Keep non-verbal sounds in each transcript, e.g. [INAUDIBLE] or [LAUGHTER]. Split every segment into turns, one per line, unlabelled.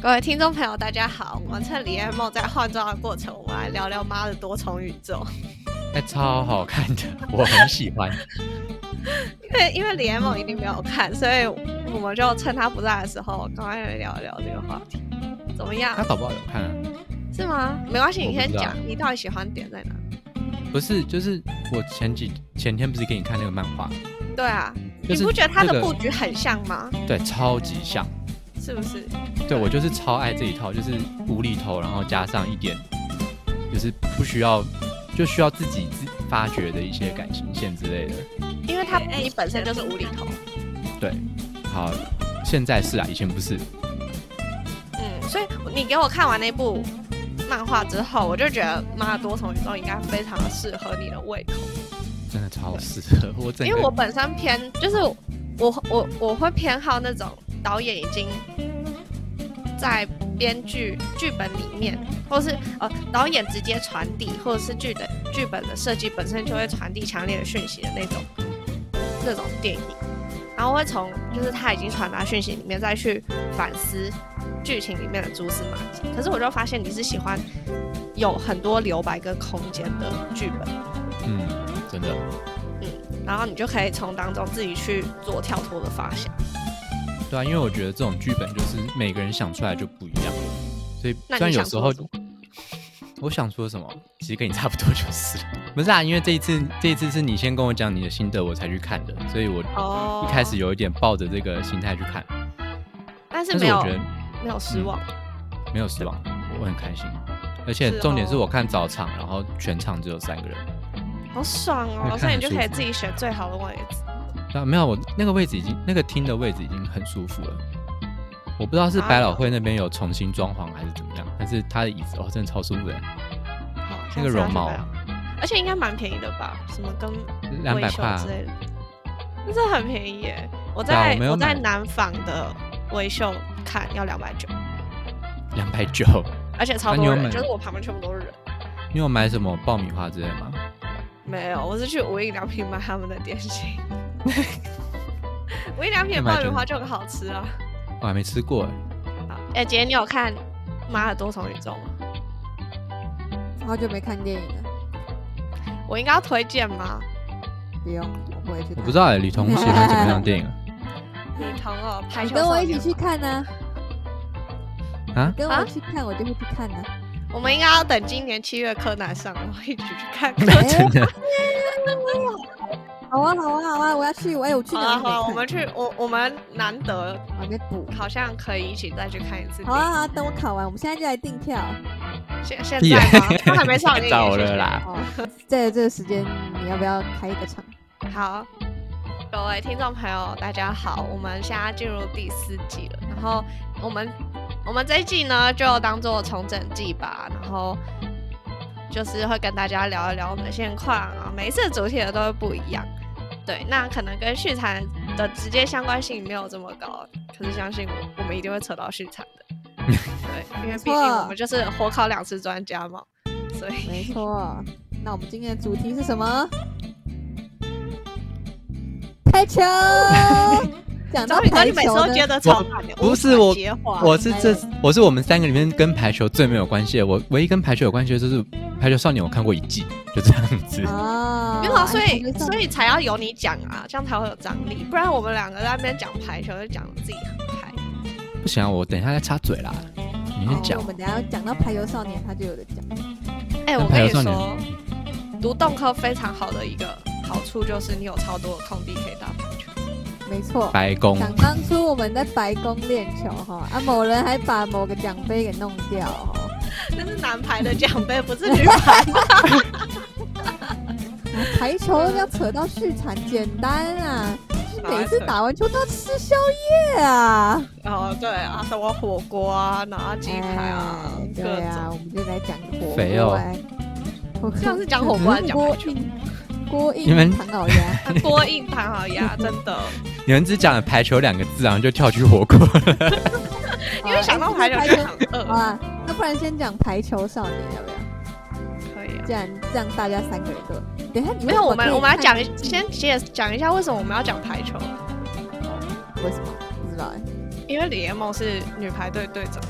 各位听众朋友，大家好，我们趁李艾梦在换装的过程，我们来聊聊妈的多重宇宙。
哎、超好看的， [LAUGHS] 我很喜欢。
因为因为李艾梦一定没有看，所以我们就趁他不在的时候，赶快来聊一聊这个话题，怎么样
他？搞不好有看、啊，
是吗？没关系，
我
你
不
先
知道
讲，你到底喜欢点在哪？
不是，就是我前几前天不是给你看那个漫画，
对啊，
就是
你不觉得它
那
的
个
布局很像吗？
对，超级像。
是不是？
对我就是超爱这一套，就是无厘头，然后加上一点，就是不需要，就需要自己自发掘的一些感情线之类的。
因为它你本身就是无厘头，
对，好，现在是啊，以前不是。啊
嗯，所以你给我看完那部漫画之后，我就觉得《妈的多重宇宙》应该非常的适合你的胃口，
真的超适合我整
因
个，
为我本身偏就是我我我会偏好那种导演已经在编剧剧本里面，或是呃导演直接传递，或者是剧的剧本的设计本身就会传递强烈的讯息的那种那种电影，然后会从就是他已经传达讯息里面再去反思剧情里面的蛛丝马迹。可是我就发现你是喜欢有很多留白跟空间的剧本。
嗯，真的，
然后你就可以从当中自己去做跳脱的发现。
对啊，因为我觉得这种剧本就是每个人想出来就不一样，所以
那
虽然
你
有
想
时候
做什
[LAUGHS] 我想说什么，其实跟你差不多就是了。 [LAUGHS] 不是啊，因为这一次这一次是你先跟我讲你的心得，我才去看的，所以我
哦
一开始，有一点抱着这个心态去看，
但哦是
但
没
是我
有
觉得嗯
没有失望。
没有失望，我很开心。而且
是哦
重点是我看早场，然后全场只有三个人，
好爽
那
哦！
看
所以你
很
就
舒
可以
服
自己选最好的位置。
啊，没有，我那个位置已经那个厅的位置已经很舒服了。我不知道是
啊
百老汇那边有重新装潢还是怎么样，但是他的椅子哦，真的超舒服的，
好，
那
下
个
次要
绒
去
毛
买哦，而且应该蛮便宜的吧？什么跟
两
维
百
修
块啊
之，类的，那这很便宜耶！我
对啊
在
我没有
我在
买
南纺的维秀看要两百九，
两百九。
而且超
那你
多
有
人，
买
就是我旁边全部都是人。
你有买什么爆米花之类吗？
没有，我是去无印良品买他们的点
[LAUGHS]
心。无印良品的
那买
爆米
真
花就很好吃啊！
我还没吃过哎，
好，哎、姐，你有看《妈的多重宇宙》吗？
好久没看电影了，
我应该要推荐吗？
不用，我不会去看。
我不知道哎，李彤喜欢什么样的电影啊？
女童哦，排
嗯你
球
跟我
少
一起
年
去
吗，
看呢、
啊
你跟
啊
我去看，我就会去看啊呢、
我们应该要等今年七月柯南上，我们一起去看柯
哎
南。
[LAUGHS] 真的，
好啊，好啊，好啊！我要去，我有去
好
哪
啊好
里没
啊，
看？
我们去，我我们难得
我还没补。
好像可以一起再去看一次
好
电
啊，
影。
好啊，等我考完，我们现在就来订票。
现现
耶
在吗？他还没上映。
早
谢
了
谢。
啦，
哦，在这个时间，你要不要开一个场？
好，各位听众朋友，大家好，我们现在进入第四季了。然后我们我们这一季呢，就当做重整季吧。然后就是会跟大家聊一聊我们的现况啊，每一次的主题的都会不一样。对，那可能跟续产的直接相关性没有这么高，可是相信我，我们一定会扯到续产的。对，因为毕竟我们就是火烤两次专家嘛，所
[LAUGHS]
以
没错。那我们今天的主题是什么？排
[LAUGHS]
球。讲到
张宇哥，
排
你每次
球
都
呢，
接得超慢的，
不
无
是
法
我
接话
我是这我是我们三个里面跟排球最没有关系的，我唯一跟排球有关系的就是《排球少年》，我看过一季，就这样子。
啊，
没有啊，所以
排球上
所以才要由你讲啊，这样才会有张力。不然我们两个在那边讲排球，就讲得自己很嗨。
不行啊，我等一下再插嘴啦，你
哦
先讲
我。们等一下讲到排球少年，他就有的讲。
哎、我
那排
跟
球
你
少年
说，读动科非常好的一个好处就是你有超多的空地可以打排球。
没错。
白宫
想当初我们在白宫练球哈，啊，某人还把某个奖杯给弄掉哈，
那是男排的奖杯，不是女排。
排球要扯到续产简单啊，就是每次打完球都要吃宵夜啊，
[LAUGHS] 哦，对啊，什么火锅啊，然后鸡排啊，
哎
各
对啊，
种。
我们就来讲火锅，
肥哦
哎，我
这样是讲火锅还是讲
锅
排球
印锅印
你们
唐老
[LAUGHS]
鸭，
啊锅硬盘好呀，真
[LAUGHS]
的，
你们只讲了排球两个字，然后就跳去火锅。
因为想到
哎
排球就很
好
饿。
啊，那不然先讲排球少年要不要？
可以啊。
既然这样大家三个人都，等一下你
没有，我
为什
们
么
我们要
可以
讲
看
先先讲一下为什么我们要讲排球。
为什么？不知道哎、
因为李彦梦是女排队队长，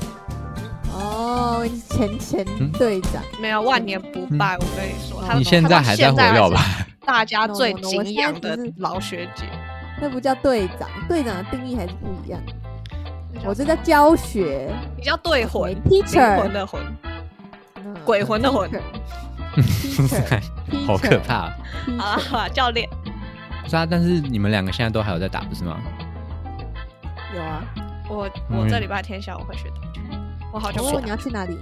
哦，你是前前
嗯
队长，
没有万年不败。我跟你说，她
你
她
现在
到
还在活
为
跃
止
吧？
大家
No,
最
no, no，我
敬
现在
仰的
只是
老学姐。
那不叫队长，队长的定义还是不一样。我这
这
叫教学，
比较对魂，
Okay,
灵
teacher
[LAUGHS]
嗯
魂的魂，鬼魂的魂。 [LAUGHS]
，teacher，
好可怕！啊
好啦，教练，
[LAUGHS] 是啊，但是你们两个现在都还有在打，不是吗？
有啊，
我
嗯
我这礼拜天下午会去打球，我好久
哦，
不
你
打
要，去哪里？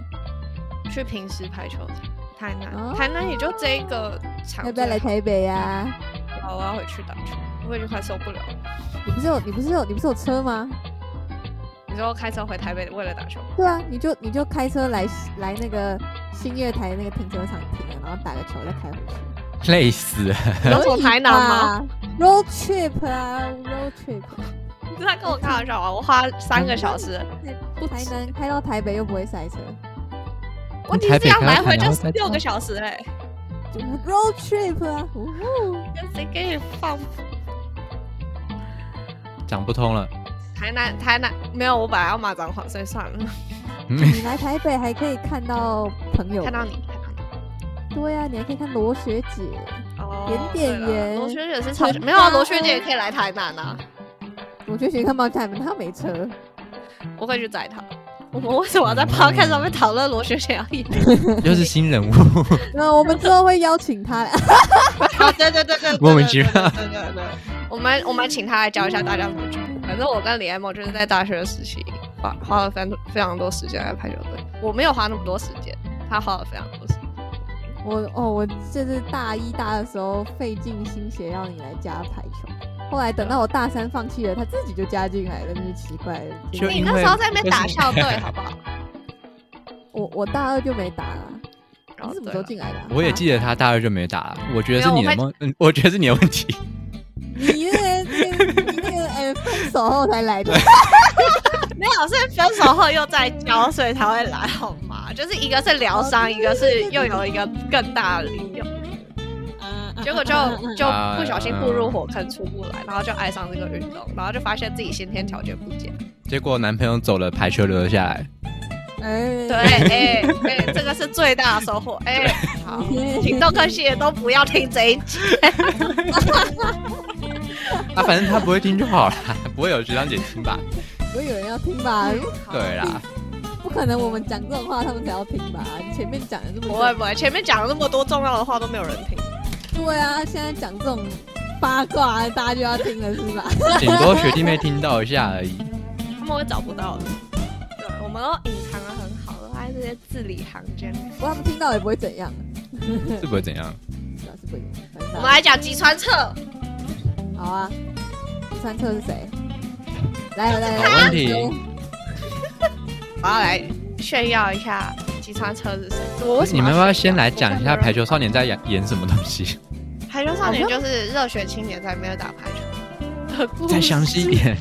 去平时排球场。台
哦
南，台南也就这一个场
要不
最
要
好，
来台北啊呀？
我要回去打球，我已经快受不了了。
你不是有你不是有你不是有车吗？
你说我开车回台北为了 [LAUGHS] 打球吗，
对啊，你就你就开车来来那个新月台那个停车场停了，然后打个球再开回去。
累死了！
你要从台南吗？
？Road trip 啊，road trip。
你是在跟我开玩笑啊！我花三个小时，
嗯
不
台
止
南开到台北又不会塞车
问题
台
是
北
要
开到
来回
台南
就
会
是
塞车
六个小时欸嘞、
就是，road trip 啊，呜呼
跟谁给你放？
讲不通了。
台南，台南没有，我本来要骂脏话，所以算 [LAUGHS] 了。
你来台北还可以看到朋友
看，到你，看到你。
对啊，你还可以看罗学姐。
哦，
圆
对啦
点圆
罗学姐是超
惩罚
没有啊，罗学姐也可以来台南 [LAUGHS] 啊，
我觉得学看猫家门，他没车，
我会去载她。我们为什么要在 podcast 上面讨论罗学姐要演？
[LAUGHS] 又是新人物，
那我们之后会邀请他来。 [LAUGHS]
啊， [LAUGHS] 对对对对，对
莫名其妙
对对对对对，我们 [LAUGHS] 我们请她来教一下大家怎么玩。反正我跟李艾某就是在大学的时期花花了非常非常多时间在排球队，我没有花那么多时间，她花了非常多时间。
我哦，我这是大一大二的时候费尽心血要你来加排球，后来等到我大三放弃了，他自己就加进来了，真是奇怪了。
就
你
因
那
为
时候在那边打
为什
校队好不好？
我我大二就没打了，
然
你
后
是什
哦对
么时候
了，
进来的啊、
[LAUGHS] 我也记得他大二就没打了。我觉得是你的
没有
问，嗯我觉得是你的问题。 [LAUGHS]
你那个那个你那个哎、分手后才来的，
没有是分手后又再交，所以才会来好吗？就是一个是疗伤，
哦
一个是又有一个更大的理由。 [LAUGHS] 结果就就
啊
不小心步入火坑出不来，然后就爱上这个运动，然后就发现自己先天条件不佳。
结果男朋友走了，排球留了下 [LAUGHS] 来。
哎， [LAUGHS]
对，哎哎，这个是最大的收获。哎，好，请豆科系也都不要听这一集。
啊，反正他不会听就好了，不会有学长姐听吧？
不会有人要听吧？
嗯
对 [LAUGHS] 啦，
不可能，我们讲这种话他们才要听吧？你前面讲的这么
不会不会，前面讲了那么多重要的话都没有人听，
对啊，现在讲这种八卦大家就要听了是吧？
顶多学弟妹听到一下而已。
他们会找不到的。对，我们都隐藏的很好，都在这些字里行间。
不过他们听到也不会怎样，
是不会怎 [LAUGHS] 样。
是吧？是不会怎样。
我们来讲吉川彻，
好啊，第三册是谁？来来来，
好问 [LAUGHS] 题
来
我要来炫耀一下吉川彻是谁。我为什么
你们要
要
不要
炫
先来讲一下
我看不
排球少年在演演什么东 [LAUGHS] 西？
排球少年就是热血青年在那边打排球的故事
再详细一， [LAUGHS] 点。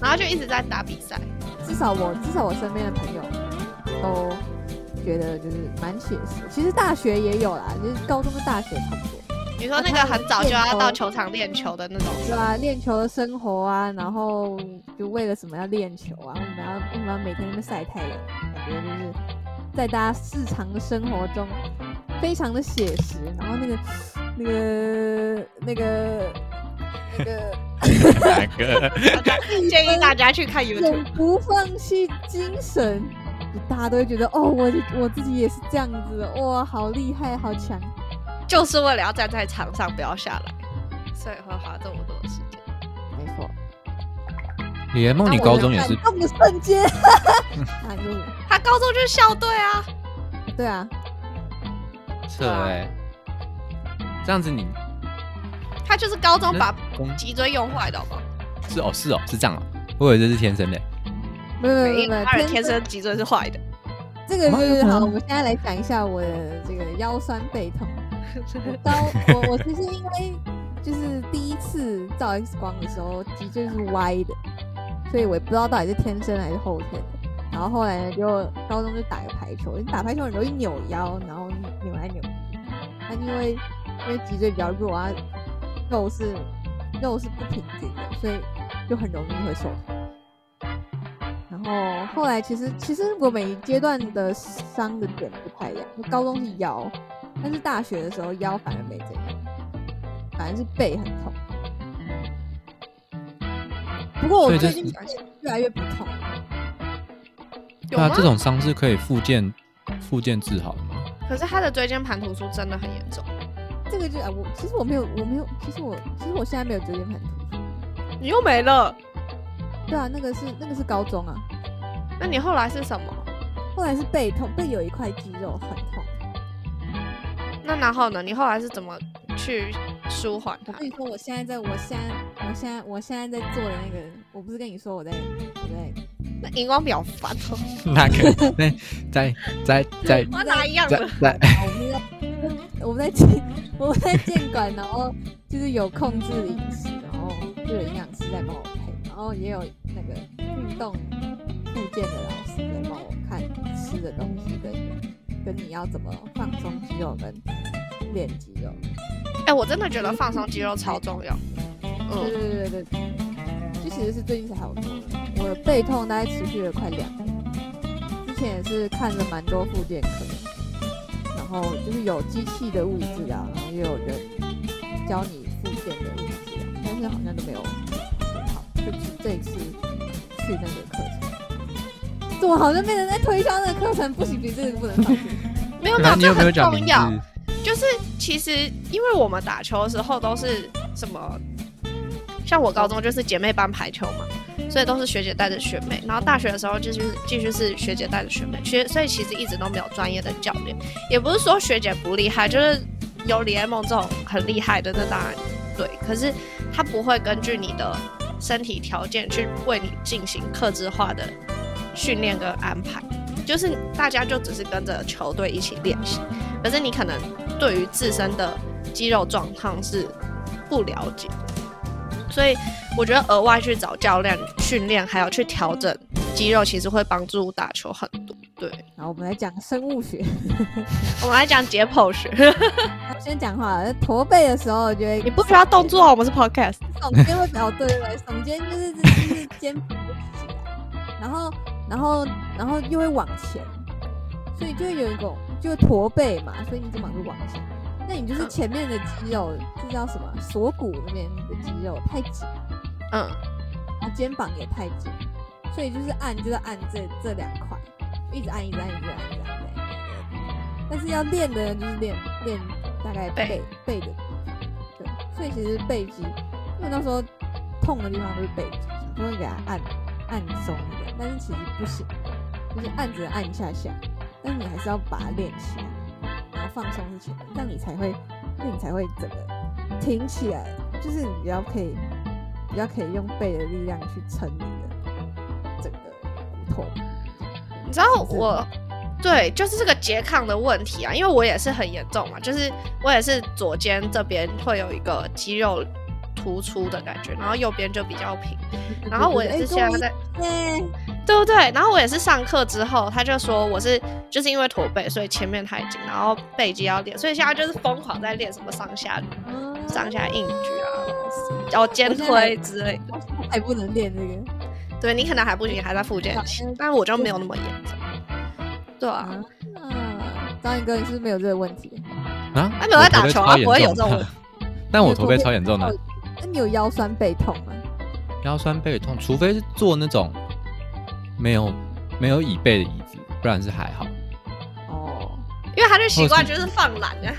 然后就一直在打比赛。
至少我至少我身边的朋友都觉得就是蛮写实。其实大学也有啦，就是高中跟大学差不多，
你说那个很早就要到球场练球的那种，
对吧、练球的生活啊，然后就为了什么要练球啊？为什么要为什么要每天那么晒太阳？感觉就是在大家日常的生活中非常的写实，然后那个那个那个那个。
哪个？
建议大家去看 YouTube
永。不放弃精神，就大家都会觉得哦，我我自己也是这样子的，哇，好厉害，好强。
[LAUGHS] 就是为了要站在场上不要下来，所以会花这么多的时间。
没错，
李元梦，你高中也是？
动的瞬间， [LAUGHS] 啊，你就
他高中就是校队啊，
对啊，
测哎、这样子你
他就是高中把
公
脊椎用坏的，好不好？
是哦是哦是这样哦，我以为这是天生的。
没有没有没
每一
有没
个人
有，
天
天
生脊椎是坏 [LAUGHS] 的。
这个就是
妈呀
好。我们现在来讲一下我的这个腰酸背痛。
[LAUGHS]
我高我我其实因为就是第一次照 X 光的时候，脊椎是歪的，所以我也不知道到底是天生还是后天的。然后后来呢，就高中就打个排球，你打排球很容易扭腰，然后扭来扭去。那因为因为脊椎比较弱啊，肉是肉是不平均的，所以就很容易会受伤。然后后来其实其实我每一阶段的伤的点不太一样，我高中是腰，但是大学的时候腰反而没这样，反而是背很痛。不过
所
我
以这
最近
是
想起来越来越不痛了，
有
对啊
吗，？
这种伤是可以复健复健治好的吗？
可是他的椎间盘突出真的很严重，
这个就啊，我其实我没有，我没有，其实我其实我现在没有椎间盘突出。
你又没了，
对啊，那个是那个是高中啊，
那你后来是什么？
后来是背痛，背有一块肌肉很痛。
那然后呢？你后来是怎么去舒缓它
我？跟你说，我现在在，我现在，我现在，我现在在做的那个，我不是跟你说我在，我在，
那荧光笔好烦
[LAUGHS]
哦，
那个那在在在
我要拿一样
在
的。
在
啊我们在， [LAUGHS] 我们在健，我们在健管，然后就是有控制饮食，然后就有营养师在帮我配，然后也有那个运动复健的老师在帮我看吃的东西跟跟你要怎么放松肌肉跟练肌肉。
哎、我真的觉得放松肌肉超重要。
对
嗯，
对对对对，这其实是最近才好多的。我的啊背痛大概持续了快两年，之前也是看了蛮多复健科，然后就是有机器的物质啊，然后也有人教你复健的物质、啊，但是好像都没有很好。就是这一次去那个课程，怎么好像变成在推销那个课程？不行不行，这个不能放弃。
没有没
那
有，
你有
这
没有
很
讲
重
名
要。
字？
就是其实因为我们打球的时候都是什么，像我高中就是姐妹班排球嘛，所以都是学姐带着学妹，然后大学的时候就是继续是学姐带着学妹，其实所以其实一直都没有专业的教练，也不是说学姐不厉害，就是有李艾梦这种很厉害的，那当然对，可是他不会根据你的身体条件去为你进行克制化的训练跟安排。就是大家就只是跟着球队一起练习，可是你可能对于自身的肌肉状况是不了解的，所以我觉得额外去找教练训练，还有去调整肌肉，其实会帮助打球很多。对，
然后我们来讲生物学。 [LAUGHS]
我们来讲解剖学，
我先讲话，驼背的时候就会
[LAUGHS] 你不需要动作，我们是 podcast。
耸肩会比较对对，耸肩就是就是肩膀会起来，啊然后然后然后又会往前，所以就会有一种就会驼背嘛，所以你肩膀就往前。那你就是前面的肌肉，这叫什么？锁骨那边的肌肉太紧，
嗯，
然后肩膀也太紧，所以就是按就是按这这两块，一直按一直按一直按一直按。一直按但是要练的呢，就是练练大概
背
背背的地方，对，所以其实背肌，因为那时候痛的地方就是背肌，想说给它按按松一点，但是其实不行，就是按只能按一下下，但是你还是要把它练起来，然后放松是前面，这样你才会，那你才会整个挺起来，就是你比较可以比较可以用背的力量去撑你的整个骨头，
你知道
是不是
我对，就是这个拮抗的问题啊，因为我也是很严重嘛，就是我也是左肩这边会有一个肌肉突出的感觉，然后右边就比较平， [LAUGHS] 然后我也是
哎跟
现
我
在
一
在。
哎
[LAUGHS] 对不对？然后我也是上课之后，他就说我是就是因为驼背，所以前面太紧，然后背肌要练，所以现在就是疯狂在练什么上下上 [LAUGHS] 下硬举啊，然后肩推之类的。
还不能练这个
对你可能还不行，还在复健 [LAUGHS] 期，但我就没有那么严重。对啊，
啊。张宇哥，你是不是没有这个问题？
啊，
他没有在打球啊
我
不会有
驼背超严重
这种问题。
的 [LAUGHS] 但我驼背超严重的
哦，那你有腰酸背痛吗？
腰酸背痛，除非是坐那种没有没有椅背的椅子，不然是还好。
哦，
因为他就习惯就是放懒 [LAUGHS] 啊，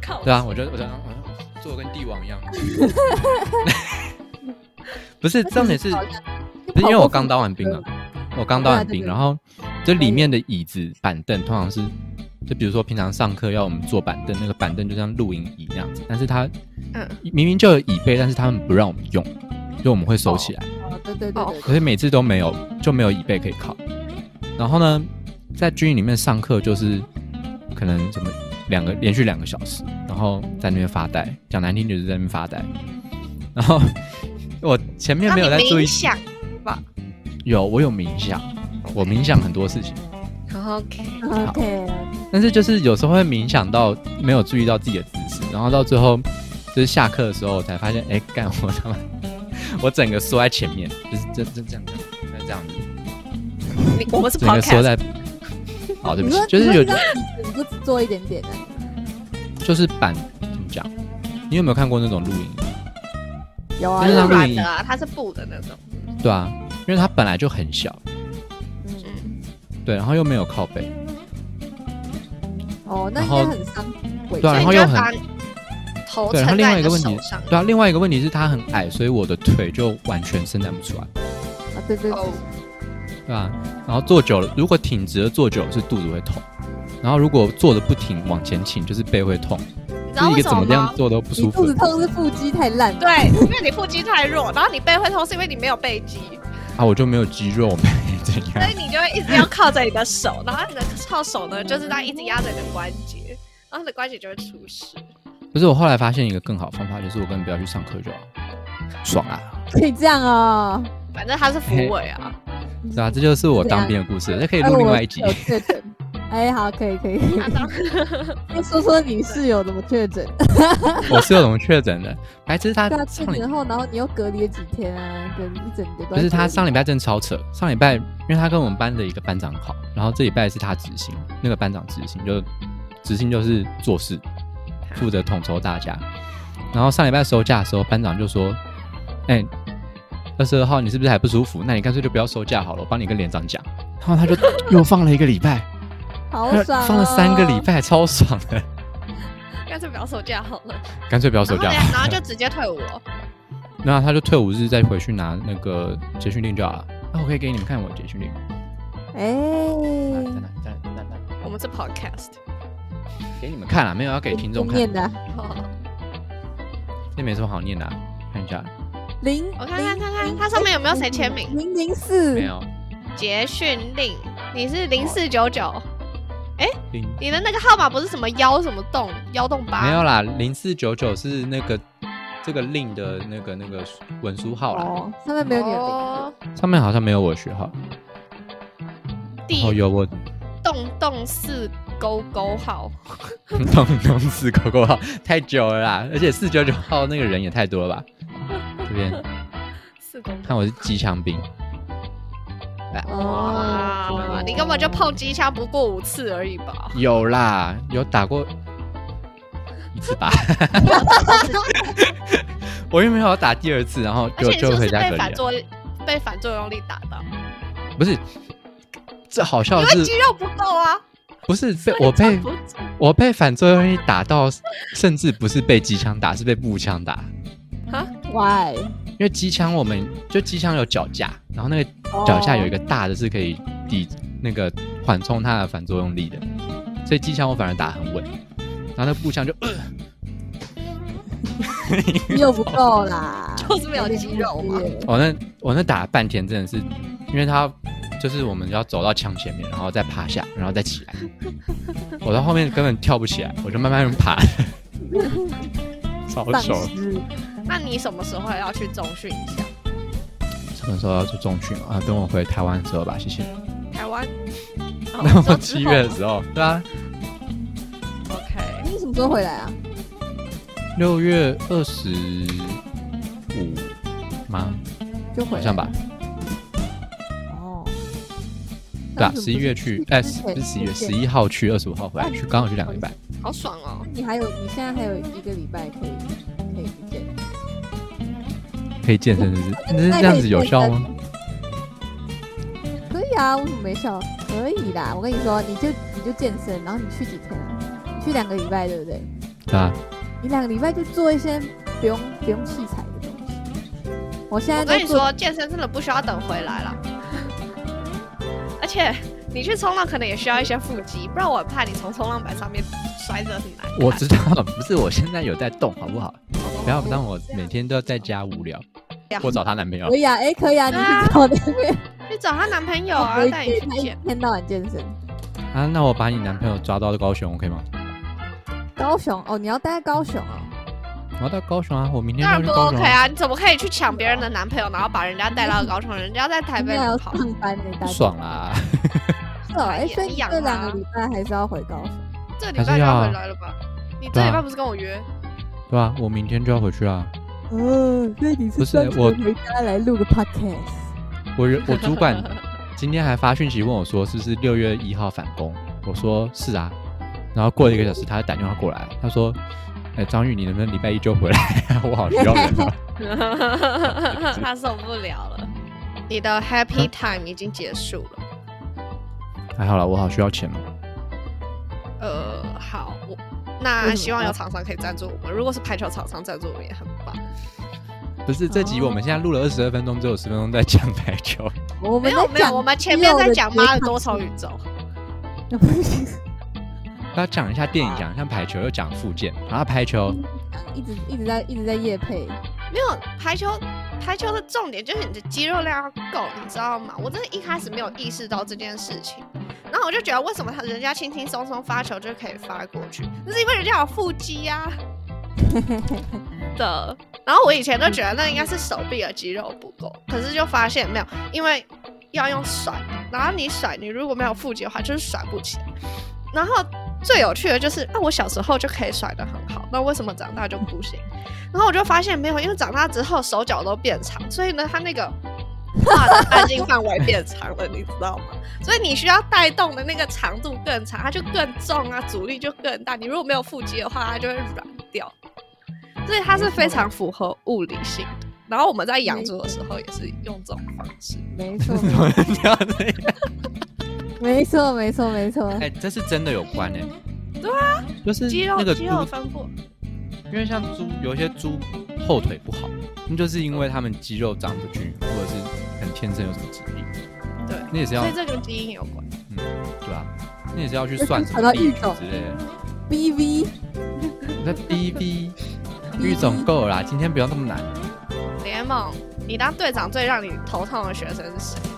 靠。
对啊，我觉得我觉得我坐得跟帝王一
[LAUGHS]
样。 [LAUGHS] 不是重点是，
那其实好像
不是因为我刚当完兵啊，我刚当完
对啊对
兵，
对
然后这里面的椅子板凳通常是，就比如说平常上课要我们坐板凳，那个板凳就像露营椅那样子，但是它
嗯
明明就有椅背，但是他们不让我们用，所以我们会收起来。
哦，对对对
哦
对
可是每次都没有，就没有椅背可以靠。然后呢，在军营里面上课就是可能什么两个连续两个小时，然后在那边发呆，讲难听就是在那边发呆。然后 [LAUGHS] 我前面
那
没
你
有在注
冥，
意
[LAUGHS] 想
有我有冥想，我冥想很多事情，
，OK，
对，OK，
但是就是有时候会冥想到没有注意到自己的姿势，然后到最后就是下课的时候我才发现，哎、干我他妈，我整个缩在前面，就是这这这样子，就是这样子，
你我们是
整个缩
podcast，
在。好，对不
你
起
说，
就是有
你说你只是做一点点的，
就是板怎么讲？你有没有看过那种露营？
有啊
它
因
是
为它
有啊，
软的啊，它是布的那种，
对啊，因为它本来就很小，
嗯，
嗯，
对，然后又没有靠背，
哦，那
然
应
后
该很伤胃。
对啊
所以你
然后
就
又
会
很
把头
对然后
撑
另
在
外一
你
个
的
问题
手上，
对啊。另外一个问题是它很矮，所以我的腿就完全伸展不出来，
啊，对对对
哦，
对吧、然后坐久了，如果挺直的坐久了是肚子会痛，然后如果坐的不挺往前倾就是背会痛，
你知
就
道
是一
为
个
什
怎么样
吗？
[LAUGHS] 做都不
你
舒服
肚子。痛是腹肌太烂，
对，因为你腹肌太弱，然后你背会痛是因为你没有背肌，
啊，我就没有肌肉，我没怎
所
[LAUGHS]
样
以，你就会一直要靠着你的手，然后你的靠手呢就是在一直压着你的关节，然后你的关节就会出事。
可是我后来发现一个更好的方法，就是我根本不要去上课就好，爽啊！
可以这样哦。
反正它是扶尾啊，
对啊，这就是我当兵的故事，这可以录另外一集
哎。我有确诊， [LAUGHS] 哎，好，可以可以。 [LAUGHS]
它 [LAUGHS] 当
那说说你室友怎么确诊？
我室友怎么确诊的？白痴，他
对啊，确
上礼
诊后，然后你又隔离了几天啊，跟一整个。
不是他上礼拜真的超扯，上礼拜因为他跟我们班的一个班长考，然后这礼拜是他执行，那个班长执行就执行就是做事，负责统筹大家。然后上礼拜收假的时候，班长就说：“哎、二十二号你是不是还不舒服？那你干脆就不要收假好了，我帮你跟连长讲。”然后他 [LAUGHS] 就又放了一个礼拜，
好
他
爽，哦
放了三个礼。拜，超爽的，
干脆不要收假好了，
干脆不要收
然后
假
呢
好了。，
然后就直接退伍了。
然后他就退伍日再回去拿那个结训令就好了。
哦
哦那、我可以给你们看我的结训令，
哎，
啊在哪在哪在哪？
我们是 podcast，
给你们看了，没有要给听众看，
念的啊
哦
这没什么好念的啊、看一下，
零，
我看看
零
看看它上面有没有谁签名？
零零四
嗯
没有
捷训令，你是零四九九，
零
你的那个号码不是什么幺什么洞幺洞八？
没有啦，零四九九是那个这个令的那个那个文书号啦，
哦，上面没有你的名
哦，
上面好像没有我的学号，哦
第
有我 [LAUGHS]
洞洞四勾勾号，
东东四狗狗号太久了啦，而且四九九号那个人也太多了吧？这边
四勾勾。
看我是机枪兵，
字。哦
哇，你根本就碰机枪不过五次而已吧？
有啦，有打过一次
[LAUGHS]
吧，我又没有打第二次，然后
而
就
且你是
就
不
回
是
家隔
被
离
反
了，
作被反作用力打到？
不是。这好笑
因
的
为
是，
肌肉不够啊！
不是被
所以
我被
撑不住
我被反作用力打到，甚至不是被机枪打，是被步枪打。
Why？
因为机枪我们就机枪有脚架，然后那个脚架有一
个
个大的是可以抵那个缓冲它的反作用力的，所以机枪我反而打很稳，然后那步枪就、呃、
肌肉不够
[LAUGHS]
啦，
就是没有肌肉嘛。
我哦那我那打了半天真的是，因为它就是我们要走到枪前面，然后再趴下，然后再起来，我到后面根本跳不起来，我就慢慢爬，超
丧
手。
尸，
那你什么时候要去中训一下？
什么时候要做中训啊？等我回台湾的时候吧，谢谢。
台
[LAUGHS]
湾？哦
那我
说之
七
后
月的时候，对啊，
OK，
你什么时候回来啊？
六月二十五吗？
就回
好
来
像吧。，
哦，
对啊
那，为什么不
十一月
[LAUGHS]
去，哎，十不是十一月，十一号去，二十五号回来，去刚好去两个礼拜。
好爽哦！
你还有，你现在还有一个礼拜可以可以不见，
可以健身，是不是？那是这
那可以
样子有效吗？
可以啊，为什么没效？可以啦，我跟你说，你就你就健身，然后你去几天啊？你去两个礼拜，对不对？
对啊，
你两个礼拜就做一些不用不用器材的东西。我现在
我跟
在
你
做，
说，健身真的不需要等回来了，而且你去冲浪可能也需要一些腹肌，不然我很怕你从冲浪板上面摔着很难看。
我知道，不是，我现在有在动，好不好？不要让我每天都在家无聊。我找她男朋友
可，以啊，哎，可以啊，你去找那边，
去找她男朋友
我
啊，
会
带你
觉
去
得他一
健。
天到晚健身。
啊，那我把你男朋友抓到高雄，OK 吗？
高雄哦，你要待在高雄哦，
我要到高雄啊，我明天
当
要
然
去
不
高
OK
雄。
啊！你怎么可以去抢别人的男朋友，然后把人家带到高雄？人家在台
你
北
也要
跑
上，班呢，大
不
家
爽啊啦！
是哦，哎，
也
所以你
一样
这两
啊
个礼拜还是要回高雄。
这礼
还
拜
是
就
要
要
啊
回来了吧？你这礼拜不是跟我约？
对吧、我明天就要回去啊啦。
哦，所以你
不
是
是
专
我
程回家来录个 podcast？
我人我
[LAUGHS]
主管今天还发讯息问我说，是不是六月一号返工？我说是啊。然后过了一个小时，他打电话过来，他说：“哎、张玉，你能不能礼拜一就回来？ [LAUGHS] 我好需要
[LAUGHS]
人啊。
他受不了了。你的 happy
嗯
time 已经结束了。”
还哎好啦，我好需要钱哦。
呃，好，我
为什
那
么
希望有厂商可以赞助我们。如果是排球厂商赞助我们也很棒。
不是这集我们现在录了二十二分钟，只有十分钟在讲排球。
我
没
们
有
在
没有，
讲
我们前面在讲《妈的
肌肉
多重宇宙》，
的对抗
要讲一下电影，
啊
讲一下排球，又讲附件，然后排球
[LAUGHS]
[LAUGHS]
一直一直在一直在夜配，
没有排球。排球的重点就是你的肌肉量要够，你知道吗？我真的一开始没有意识到这件事情，然后我就觉得为什么他人家轻轻松松发球就可以发过去，那是因为人家有腹肌呀、啊。的，然后我以前都觉得那应该是手臂的肌肉不够，可是就发现没有，因为要用甩，然后你甩，你如果没有腹肌的话，就是甩不起来。然后最有趣的就是，那、我小时候就可以甩得很好，那为什么长大就不行？然后我就发现没有，因为长大之后手脚都变长，所以呢，它那个画的半径范围变长了，你知道吗？所以你需要带动的那个长度更长，它就更重啊，阻力就更大。你如果没有腹肌的话，它就会软掉。所以它是非常符合物理性的。然后我们在
嗯
养猪的时候也是用这种方式。
[LAUGHS]
没错
怎么能这样子？
没错没错没错，
哎、这是真的有关哎、就是
肌肉
那个
啊肌肉
猪
分布，
因为像猪，有一些猪后腿不好，那就是因为它们肌肉长不均匀，或者是很天生有什么疾病，
对，
那也是要
所以这跟基因有关。
对啊，那也是要去算什
跑
么
到
地
育
区
种
之类的。
B V
那 B B 育种够了啦，今天不要那么难。
联盟，你当队长最让你头痛的学生是谁？